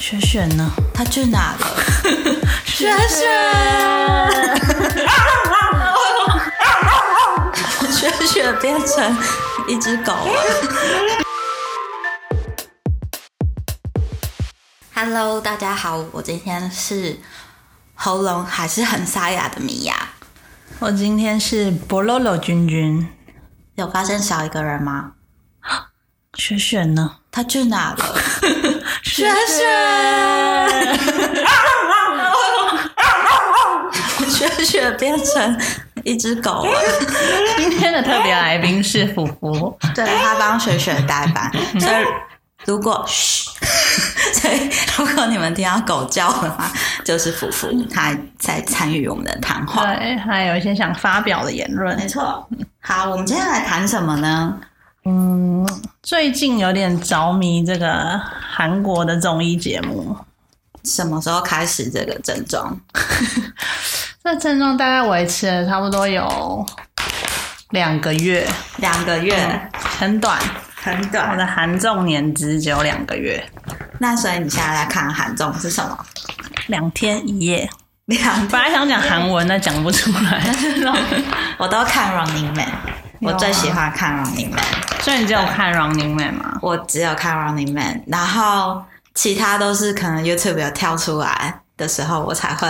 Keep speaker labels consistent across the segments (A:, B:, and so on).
A: 雪雪呢？她去哪了？雪雪， 雪雪变成一只狗了。Hello，大家好，我今天是喉咙还是很沙哑的米娅。
B: 我今天是博洛洛君君，
A: 有发现少一个人 吗？
B: 雪雪呢？
A: 她去哪 了？
B: 雪
A: 雪雪变成一只狗了。
B: 今天的特别来宾是福福，
A: 对他帮雪雪代班，所以如果嘘， 所以如果你们听到狗叫的话，就是福福他在参与我们的谈话。
B: 对，还有一些想发表的言论。
A: 没错。好，我们今天来谈什么呢？
B: 嗯，最近有点着迷这个韩国的综艺节目，
A: 什么时候开始这个症状？
B: 这症状大概维持了差不多有两个月，
A: 两个月，
B: 很短。
A: 很
B: 我
A: 短。
B: 的韩综年资只有两个月，
A: 那所以你现在来看韩综是什么？
B: 两天一夜。
A: 两
B: 本来想讲韩文，但讲不出来。
A: 我都看 Running Man，我
B: 啊
A: 最喜欢看 Running Man。
B: 所以你只有看《Running Man》吗？
A: 我只有看 Running Man，然后其他都是可能 YouTube 有跳出来的时候，我才会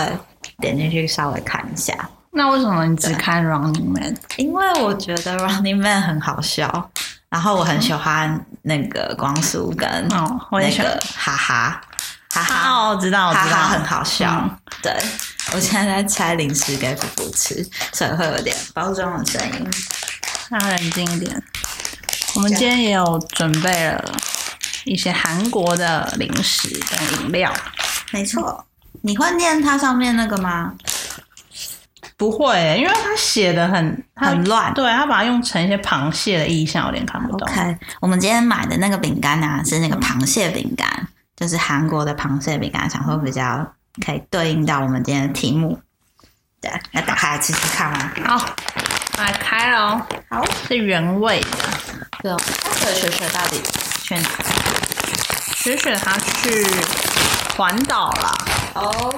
A: 点进去稍微看一下。
B: 那为什么你只看《Running Man》？
A: 因为我觉得 Running Man 很好笑，然后我很喜欢那个光叔跟
B: 哦，我也
A: 那
B: 喜欢。
A: 个哈哈哈哈
B: 哦，我知道，我
A: 哈
B: 知
A: 啊哈
B: 道
A: 很，好笑。
B: 嗯
A: 对我现在在拆零食给福福吃，所以会有点包装的声音。
B: 那冷静一点。我们今天也有准备了一些韩国的零食跟饮料。
A: 没错，你会念它上面那个吗？
B: 不会、因为他写的很
A: 它
B: 很
A: 乱
B: 对他把它用成一些螃蟹的意象，有点看不懂。
A: OK，我们今天买的那个饼干
B: 嗯
A: 啊，是那个螃蟹饼干，就是韩国的螃蟹饼干，想说比较可以对应到我们今天的题目。对，要打开来吃吃看吗？
B: 好，来开了哦，
A: 好，
B: 是原味的。
A: 对哦，那个雪雪到底去哪？
B: 雪雪她去环岛啦，
A: 哦，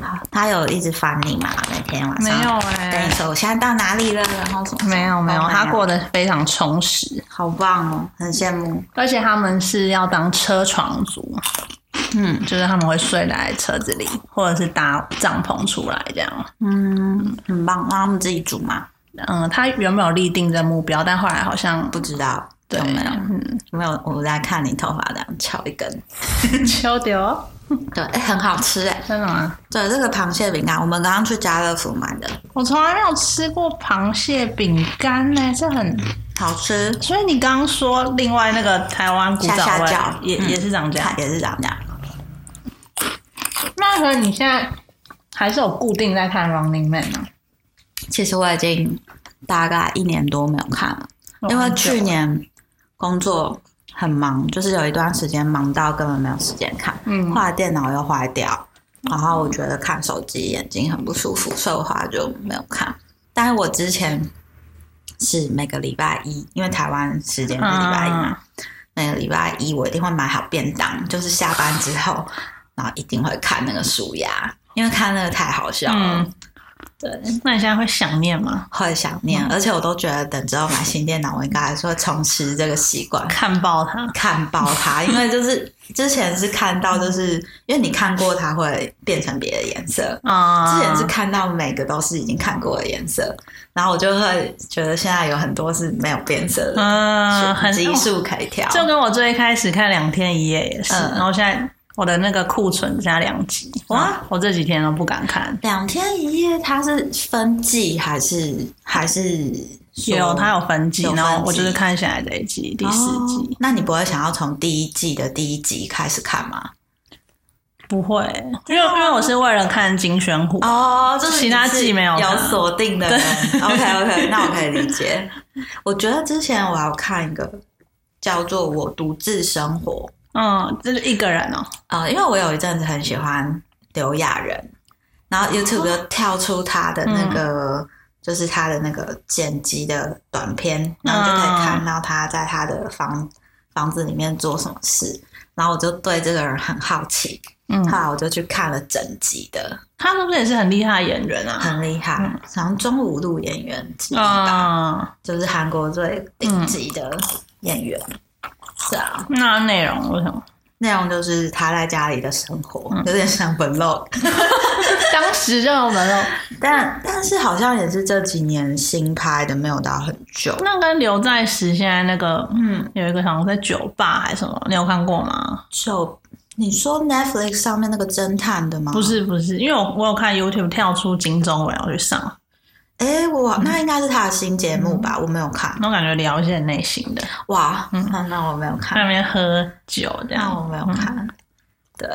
A: 好，他有一直烦你嘛？每天晚
B: 没
A: 上
B: 有哎、
A: 跟你说我现在到哪里了，然后什么什么
B: 没有没有，
A: 都
B: 他过得非常充实，
A: 好棒哦，很羡慕。
B: 而且他们是要当车床族，
A: 嗯
B: 就是他们会睡在车子里，或者是搭帐篷出来这样。
A: 嗯，很棒。那他们自己煮吗？
B: 嗯，他原本有立定这目标，但后来好像
A: 不啊知道，
B: 对，
A: 有没有？
B: 嗯，
A: 没有，我在看你头发这样翘一根。
B: 秋丢，
A: 对，哎很好吃哎。
B: 真的吗？
A: 对，这个螃蟹饼干，我们刚刚去家乐福买的，
B: 我从来没有吃过螃蟹饼干呢、这很……
A: 好吃。
B: 所以你刚刚说另外那个台湾古
A: 下
B: 早
A: 下
B: 味
A: 饺
B: 也、
A: 嗯
B: 也是长这样
A: 它。也是长这样。
B: 那和你现在还是有固定在看《Running Man》吗？
A: 其实我已经大概一年多没有看了，因为
B: 哦很久
A: 去年工作很忙，就是有一段时间忙到根本没有时间看。
B: 嗯
A: 后来电脑又坏掉，然后我觉得看手机眼睛很不舒服，所以我后来就没有看。但是我之前是每个礼拜一，因为台湾时间是礼拜一嘛，
B: 啊
A: 每个礼拜一我一定会买好便当，就是下班之后，然后一定会看那个书牙，因为看那个太好笑了，
B: 嗯，对。那你现在会想念吗？
A: 会想念，
B: 嗯
A: 而且我都觉得等之后买新电脑，我应该还是会重拾这个习惯。
B: 看爆它，
A: 看爆它，因为就是 之前是看到，就是因为你看过它会变成别的颜色，
B: 啊
A: 之前是看到每个都是已经看过的颜色，然后我就会觉得现在有很多是没有变色的，
B: 嗯，很
A: 基数可以调。
B: 就跟我最开始看两天一夜也是，
A: 嗯
B: 然后现在我的那个库存加两集，
A: 哇
B: 哇，我这几天都不敢看。
A: 两天一夜，它是分季还是还是说
B: 有它有分季
A: 有，分
B: 然后我
A: 季
B: 就是看现在这一季第四
A: 哦
B: 季，
A: 那你不会想要从第一季的第一集开始看吗？
B: 不会，因为因为我是为了看金宣虎，
A: 哦，就是
B: 其他季没有
A: 你是有
B: 看
A: 锁定的人。OK OK，那我可以理解。 我觉得之前我还有看一个叫做《我独自生活》，
B: 嗯，就是一个人哦，
A: 呃，因为我有一阵子很喜欢刘亚仁，然
B: 哦
A: 后 YouTube 又跳出他的那个，
B: 嗯
A: 就是他的那个剪辑的
B: 嗯
A: 短片，然后就可以看到他在他的房、房子里面做什么事。然后我就对这个人很好奇，
B: 嗯，
A: 后来我就去看了整集的，
B: 他是不是也是很厉害的演员啊？
A: 很厉害，好像中五路演员之一吧，
B: 啊、
A: 就是韩国最顶级的演员。是啊，
B: 那内容为什么？
A: 内容就是他在家里的生活，
B: 嗯
A: 有点像 vlog，
B: 当时就有门哦了，
A: 但但是好像也是这几年新拍的，没有到很久。
B: 那跟刘在石现在那个
A: 嗯，
B: 有一个好像在酒吧还是什么，你有看过吗？
A: 就你说 Netflix 上面那个侦探的吗？
B: 不，是不是，因为我我有看 YouTube 跳出金钟伟，我去上，
A: 哎、
B: 嗯
A: 我那应该是他的新节目吧？我没有看。
B: 然后感觉聊一些内心的，
A: 哇，
B: 嗯
A: 那那我没有看，
B: 在那边喝酒这
A: 那
B: 样。
A: 我没有看。对，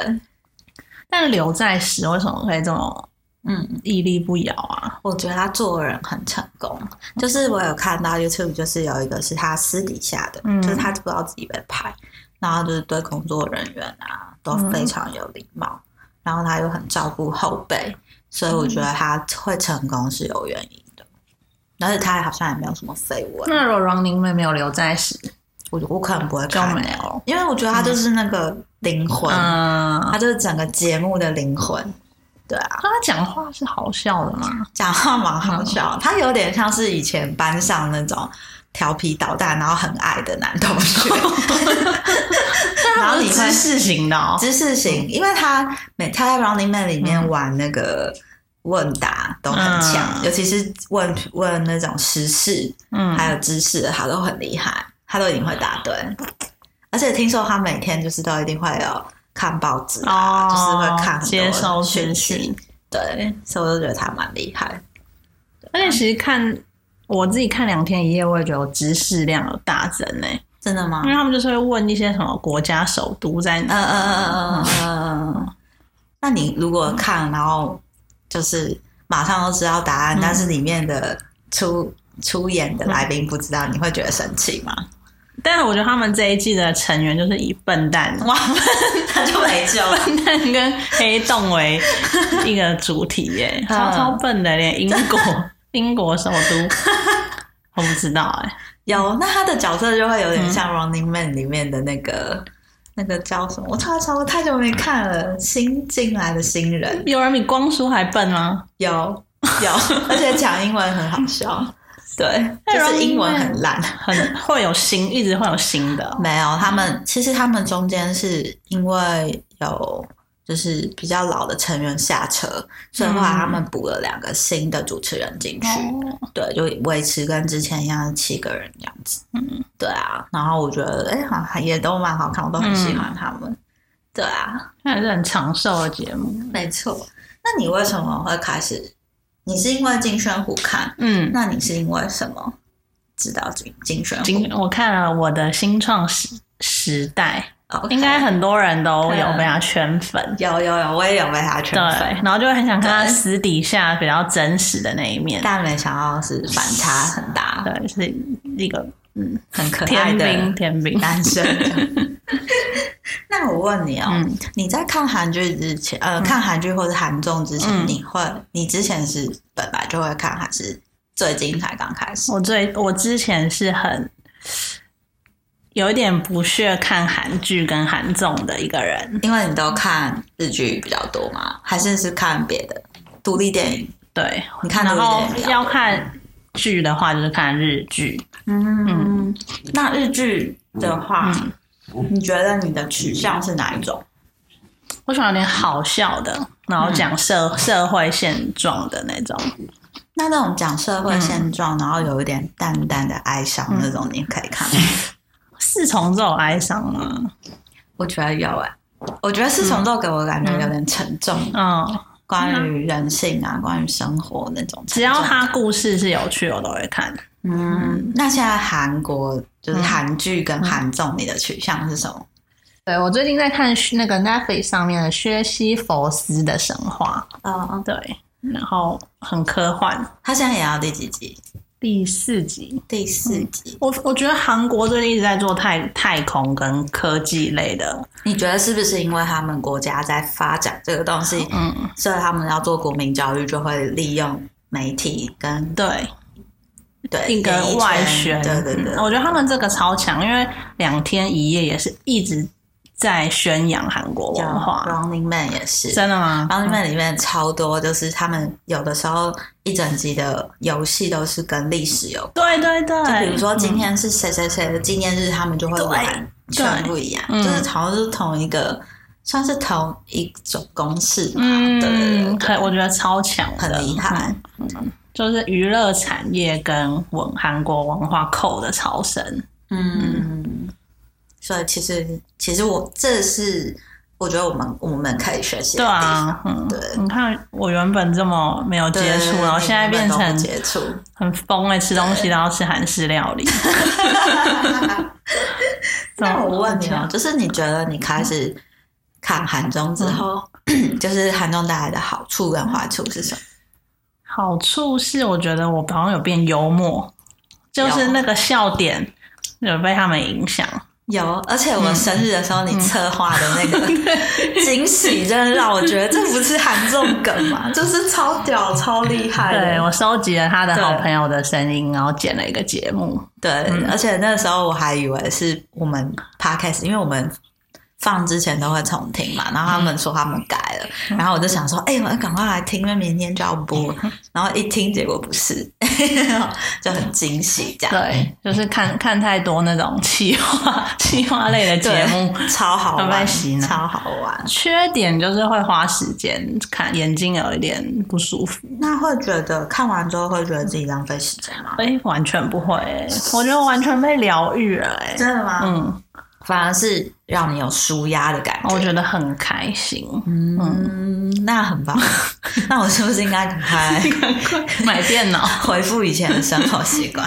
B: 但刘在石为什么可以这么
A: 嗯，
B: 屹立不摇啊？
A: 我觉得他做人很成功。就是我有看到 YouTube，就是有一个是他私底下的，
B: 嗯
A: 就是他不知道自己被拍，然后就是对工作人员啊都非常有礼貌，
B: 嗯
A: 然后他又很照顾后辈，所以我觉得他会成功是有原因的。而且他好像也没有什么绯闻，
B: 那如果 Running Man 没有刘在石，
A: 我我可能不会
B: 就
A: 看
B: 没
A: 欸
B: 有。
A: 因为我觉得他就是那个灵魂，
B: 啊嗯，
A: 他就是整个节目的灵魂。对啊，
B: 他讲话是好笑的 嘛？
A: 讲话蛮好
B: 嗯
A: 笑，他有点像是以前班上那种调皮捣蛋然后很矮的男同 学，然后你
B: 他
A: 会
B: 不是知识型的哦，
A: 知识型，因为他每他在 Running Man 里面玩那个问答都很强，
B: 嗯
A: 尤其是问问那种时事
B: 嗯，
A: 还有知识的，他都很厉害，他都一定会答对，而且听说他每天就是都一定会有看报纸啊，
B: 哦
A: 就是会看很多
B: 接收
A: 讯
B: 讯
A: 息
B: 息，
A: 对，所以我就觉得他蛮厉害。
B: 而且其实看我自己看两天一夜，我也觉得我知识量有大增呢、
A: 真的吗？
B: 因为他们就是会问一些什么国家首都在
A: 嗯
B: 哪，
A: 嗯嗯嗯嗯嗯嗯。那你如果看，然后就是马上都知道答案，但是里面的出出演的来宾不知道，你会觉得生气 吗？
B: 但是我觉得他们这一季的成员就是以 笨蛋、
A: 哇，他就没救了。
B: 笨蛋跟黑洞为一个主体耶、
A: 嗯
B: 超超笨的，连英国英国首都我不知道哎、
A: 有，那他的角色就会有点像《Running Man》里面的那个。那个叫什么？我超超，我太久没看了。新进来的新人
B: 有人比光叔还笨吗？
A: 有 有，而且讲英文很好笑， 对，
B: 那
A: 就是英
B: Running
A: 文
B: Man
A: 很烂。
B: 很会有新，一直会有新的哦，
A: 没有，他们其实他们中间是因为有就是比较老的成员下
B: 嗯
A: 车，所以后来他们补了两个新的主持人进去，
B: 哦
A: 对，就维持跟之前一样的七个人这样子。嗯，对啊，然后我觉得哎，好像也都蛮好看，我都很喜欢他们。对啊，
B: 那也是很长寿的节目。
A: 没错。那你为什么会开始？你是因为金宣虎看？
B: 嗯，
A: 那你是因为什么知道金金宣虎？
B: 今我看了我的新创时时代，
A: OK
B: 应该很多人都有被他圈粉。
A: 哦有有有，我也有被他圈
B: 对
A: 粉。，
B: 然后就会很想看他
A: 对
B: 私底下比较真实的那一面。
A: 但没想到是反差很大，
B: 对，是一个
A: 很可爱
B: 天兵，
A: 的
B: 天兵。
A: 男 生。那我问你哦，
B: 嗯
A: 你在看韩剧之前，呃，看韩剧或者韩综之前，
B: 嗯
A: 你会，你之前是本来就会看，还是最近才刚开始？
B: 我最我之前是很有一点不屑看韩剧跟韩综的一个人，
A: 因为你都看日剧比较多嘛，还是是看别的独立电影？
B: 对，
A: 你看独
B: 然后
A: 立电影比较多
B: 要看剧的话就是看日剧，
A: 嗯，那日剧的话，
B: 嗯
A: 你觉得你的取向是哪一种？
B: 我喜欢有点好笑的，然后讲社、社会现状的那种。
A: 那那种讲社
B: 嗯
A: 会现状，然后有一点淡淡的哀伤那种，你可以看吗？
B: 嗯四重奏哀伤吗？
A: 我觉得有哎、我觉得四重奏给我感觉有点沉重，啊
B: 嗯，
A: 关于人性啊，关于生活那种沉重。
B: 只要它故事是有趣，我都会看。
A: 嗯，那现在韩国
B: 嗯
A: 就是韩剧跟韩综，你的取向是什么？
B: 对我最近在看那个 Netflix 上面的《薛西佛斯的神话
A: 嗯嗯》，，
B: 对，然后很科幻。
A: 他现在演到第几集？
B: 第四集，
A: 第四集。
B: 我我觉得韩国最近一直在做太太空跟科技类的，
A: 你觉得是不是因为他们国家在发展这个东西，
B: 嗯，
A: 所以他们要做国民教育，就会利用媒体跟
B: 对，
A: 对
B: 一个
A: 演艺圈
B: 外宣，
A: 对对对，
B: 嗯我觉得他们这个超强，因为两天一夜也是一直在宣扬韩国文化。
A: 哦 Running Man 也是，
B: 真的吗？
A: Running Man 里面超多，就是他们有的时候一整集的游戏都是跟历史有关。
B: 对对对，嗯
A: 就比如说今天是谁谁谁的纪念日，他们就会玩，
B: 对
A: 全部一样，
B: 嗯
A: 就是好像是同一个，算是同一种公式吧。对对
B: 嗯，
A: 对
B: 可
A: 对，
B: 我觉得超强的，
A: 很厉害。
B: 就是娱乐产业跟文韩国文化扣的超深。
A: 嗯，所以其实其实我这是我觉得我们我们可以学习的
B: 对
A: 地方。
B: 啊，嗯，
A: 对
B: 你看我原本这么没有
A: 对
B: 啊接触，然后现在
A: 你们
B: 变
A: 都不
B: 成
A: 接触，
B: 很疯哎、吃东西都要吃韩式料理。
A: 那我问你
B: 怎么
A: 哦，就是你觉得你开始看韩中之后， 就是韩中带来的好处跟坏处是什么？
B: 好处是，我觉得我好像有变幽默，就是那个笑点有被他们影响。
A: 有，而且我生日的时候，你策划的那 个惊喜，真的让我觉得这不是韩中梗嘛，就是超屌、超厉害
B: 对
A: 的。
B: 我收集了他的好朋友的声音，然后剪了一个节目。
A: 对，而且那时候我还以为是我们 podcast，因为我们放之前都会重听嘛，然后他们说他们改了，然后我就想说，哎、我要赶快来听，因为明天就要播。然后一听，结果不是， 就很惊喜，这样
B: 对，就是看看太多那种企划企划类的节目。
A: 对超好啊
B: 会被
A: 玩
B: 洗，脑
A: 超好玩。
B: 缺点就是会花时间看，眼睛有一点不舒服。
A: 那会觉得看完之后会觉得自己浪费时间吗？
B: 哎、完全不会、哎我觉得我完全被疗愈了、哎，
A: 真的吗？
B: 嗯，
A: 反而是让你有舒压的感
B: 我
A: 哦觉。
B: 觉得很开心。
A: 嗯，那很 棒。那我是不是应啊该赶快
B: 买电脑，
A: 回复以前的生活习惯？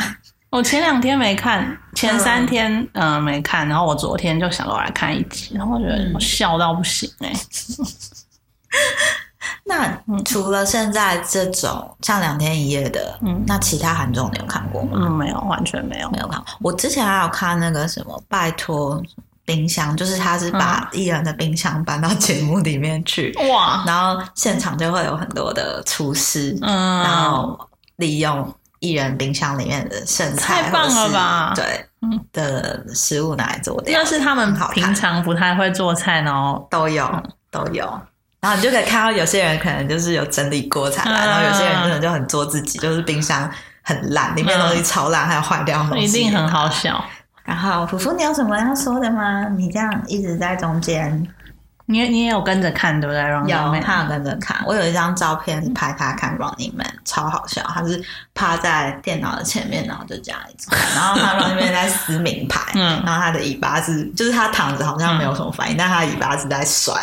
B: 我前两天没看，前三天嗯、呃没看，然后我昨天就想我来看一集，然后我觉得我笑到不行哎、
A: 那
B: 嗯
A: 除了现在这种像两天一夜的，
B: 嗯
A: 那其他韩综你有看过吗？
B: 嗯，没有，完全没有，
A: 没有看过。我之前还有看那个什么《拜托冰箱》，就是他是把
B: 嗯
A: 艺人的冰箱搬到节目里面去，
B: 哇，
A: 然后现场就会有很多的厨师，
B: 哦嗯，
A: 然后利用艺人冰箱里面的剩菜，
B: 太棒了吧
A: 或者是对
B: 嗯
A: 的食物拿来做料
B: 那
A: 理，
B: 是他们
A: 很好看
B: 平常不太会做菜，然后
A: 都有
B: 嗯
A: 都有。然后你就可以看到有些人可能就是有整理锅才来，
B: 嗯
A: 然后有些人真的就很做自己，就是冰箱很烂，里面东西超烂，还有坏掉的东西，
B: 嗯一定很好笑。
A: 然后，福福，你有什么要说的吗？你这样一直在中间，
B: 你也你也有跟着看对不对？让
A: 有
B: 妹
A: 他有跟着看。我有一张照片是拍他看 Running Man，超好笑。他是趴在电脑的前面，然后就这样一直 看。然后他 Running Man 在撕名牌，
B: 嗯
A: 然后他的尾巴是，就是他躺着好像没有什么反应，但他的尾巴是在 甩，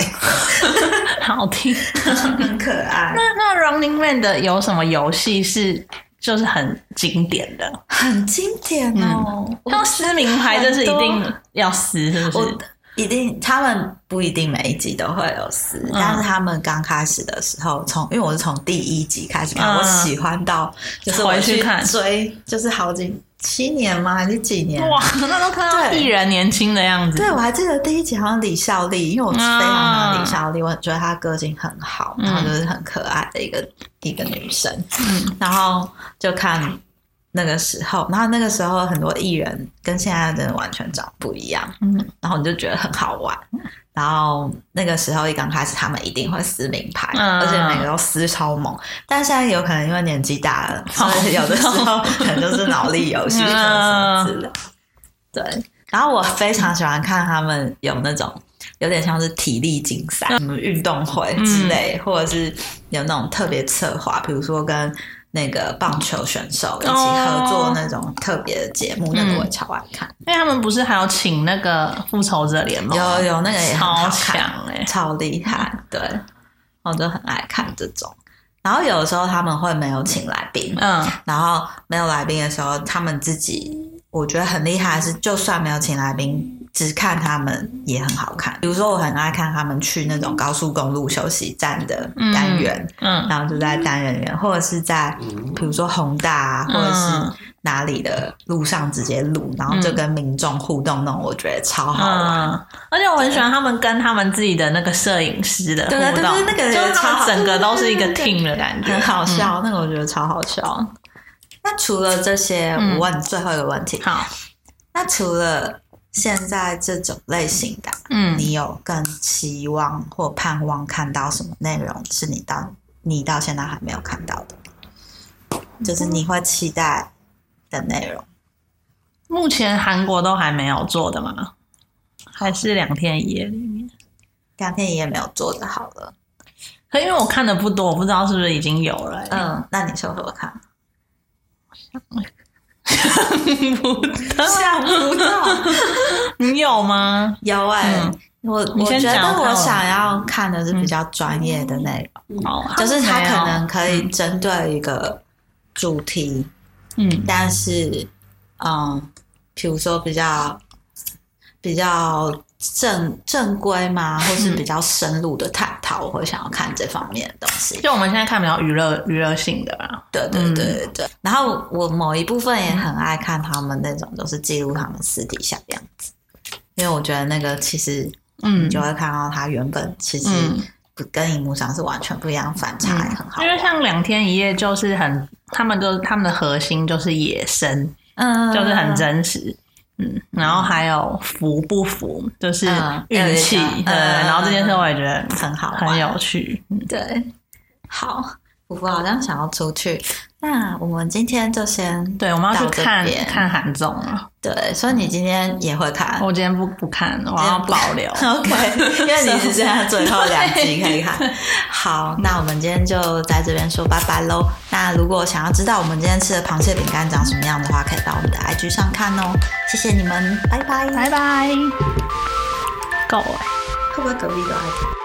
B: 好听。
A: 很可爱，
B: 那那 Running Man 的有什么游戏是就是很经典的？
A: 很经典哦。我
B: 要撕名牌，这是一定要撕，是不
A: 我
B: 是？
A: 一定，他们不一定每一集都会有撕，
B: 嗯
A: 但是他们刚开始的时候，从因为我是从第一集开始看，
B: 嗯
A: 我喜欢到就是我
B: 回去看
A: 追，就是好几七年吗？还是几年？
B: 哇，那都看到
A: 对
B: 艺人年轻的样子。
A: 对，我还记得第一集好像李孝利，因为我非常喜欢李孝利，我觉得她个性很好，
B: 嗯
A: 然后就是很可爱的一个一个女生。然后就看那个时候，然后那个时候很多艺人跟现在真的完全长不一样，
B: 嗯
A: 然后你就觉得很好玩。然后那个时候一刚开始，他们一定会撕名牌，
B: 嗯
A: 而且每个都撕超猛。但现在有可能因为年纪大了，所以有的时候
B: 哦
A: 可能就是脑力游戏
B: 嗯
A: 什么之类的。对，然后我非常喜欢看他们有那种有点像是体力竞赛、
B: 嗯
A: 什么运动会之类，或者是有那种特别策划，比如说跟那个棒球选手一起合作那种特别的节目，那个我也超爱看。
B: 因为他们不是还有请那个复仇者联盟？
A: 有有那个也很
B: 嗯超
A: 好看，
B: 强哎、
A: 超厉害，对，我就很爱看这种。然后有的时候他们会没有请来宾，
B: 嗯
A: 然后没有来宾的时候，他们自己我觉得很厉害的是，就算没有请来宾，只看他们也很好看。比如说，我很爱看他们去那种高速公路休息站的
B: 嗯
A: 单元，
B: 嗯，
A: 然后就在单元里面，或者是在比如说宏大啊，或者
B: 嗯
A: 是哪里的路上直接录，然后就跟民众互动那种，我觉得超好玩。
B: 嗯，而且我很喜欢他们跟他们自己的那个摄影师的互
A: 对对对
B: 动，
A: 对那个
B: 就是他
A: 超
B: 们整个都是一个
A: 对对对
B: team 的感觉
A: 很。好笑，那个我觉得超好笑。那除了这些，
B: 嗯
A: 我问最后一个问题，
B: 好，
A: 那除了现在这种类型的，
B: 嗯
A: 你有更期望或盼望看到什么内容是你到你到现在还没有看到的？就是你会期待的内容。
B: 目前韩国都还没有做的吗？还是两天一夜里面？
A: 两天一夜没有做的好了，
B: 可因为我看的不多，我不知道是不是已经有了、欸。
A: 嗯，那你说说 看，
B: 嗯，不到，
A: 想不到
B: 你有吗？
A: 有哎、
B: 嗯
A: 我
B: 你
A: 我
B: 先
A: 觉
B: 讲
A: 得
B: 我看
A: 我
B: 我
A: 想要看的是比较专业的内容，
B: 哦，
A: 嗯就是嗯它
B: 没有
A: 可能可以针对一个主题，
B: 嗯
A: 但是，嗯，比如说比较比较正正规嘛，
B: 嗯
A: 或是比较深入的探讨，我会想要看这方面的东西。
B: 就我们现在看比较娱乐娱乐性的啦。
A: 对对对对
B: 嗯
A: 对。然后我某一部分也很爱看他们那种，就是记录他们私底下的样子，因为我觉得那个其实你
B: 嗯
A: 就会看到他原本其实
B: 嗯，
A: 不跟荧幕上是完全不一样，反差也很好
B: 因。为像两天一夜就是很，他们都他们的核心就是野生，
A: 嗯
B: 就是很真实。嗯，然后还有服不服，就是
A: 嗯
B: 运气，
A: 有一个
B: 对。
A: 嗯
B: 然后这件事我也觉得
A: 很好玩
B: 很有趣。嗯
A: 对，好，不过好像想要出去，那我们今天就先
B: 对，我们要去
A: 到这
B: 看
A: 边
B: 看韩综啊了。
A: 对，所以你今天也会看
B: 我今天不不看，我要保 留。
A: ，OK？因为你只剩下最后两集可以 看。好，那我们今天就在这边说拜拜喽。那如果想要知道我们今天吃的螃蟹饼干长什么样的话，可以到我们的 IG 上看哦。谢谢你们，拜拜。
B: 拜拜，够了。
A: 会不会隔壁都爱听？啊